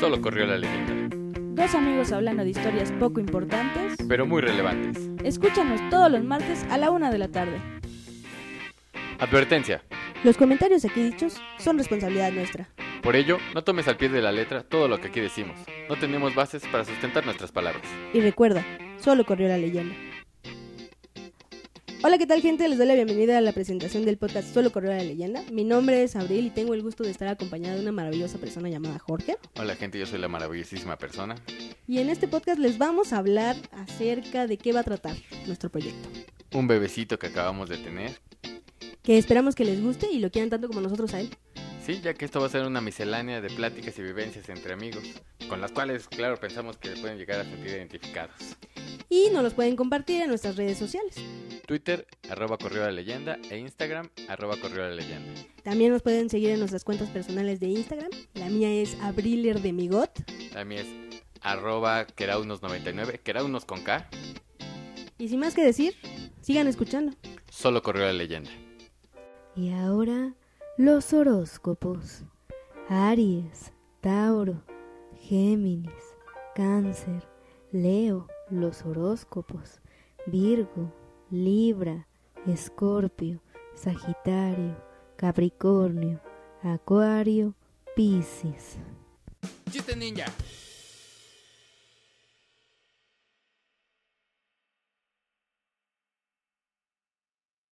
solo corrió la leyenda, Dos amigos hablando de historias poco importantes. pero muy relevantes. Escúchanos todos los martes a la una de la tarde. Advertencia, Los comentarios aquí dichos son responsabilidad nuestra. por ello, no tomes al pie de la letra todo lo que aquí decimos. No tenemos bases para sustentar nuestras palabras. Y recuerda, solo corrió la leyenda. Hola, ¿qué tal gente? Les doy la bienvenida a la presentación del podcast Solo corrió la leyenda. Mi nombre es Abril y tengo el gusto de estar acompañada de una maravillosa persona llamada Jorge. Hola gente, yo soy la maravillosísima persona. Y en este podcast les vamos a hablar acerca de qué va a tratar nuestro proyecto. Un bebecito que acabamos de tener. Que esperamos que les guste y lo quieran tanto como nosotros a él. Sí, ya que esto va a ser una miscelánea de pláticas y vivencias entre amigos, con las cuales, claro, pensamos que pueden llegar a sentir identificados. Y nos los pueden compartir en nuestras redes sociales. Twitter, arroba corrió la leyenda, e Instagram, arroba corrió la leyenda. También nos pueden seguir en nuestras cuentas personales de Instagram. La mía es Abriler de Migot. También es arroba queraunos99, queraunos con K, Y sin más que decir, sigan escuchando. solo corrió la leyenda. Y ahora los horóscopos. Aries, Tauro, Géminis, Cáncer, Leo, los horóscopos. Virgo, Libra, Escorpio, Sagitario, Capricornio, Acuario, Piscis. ¡Chiste ninja!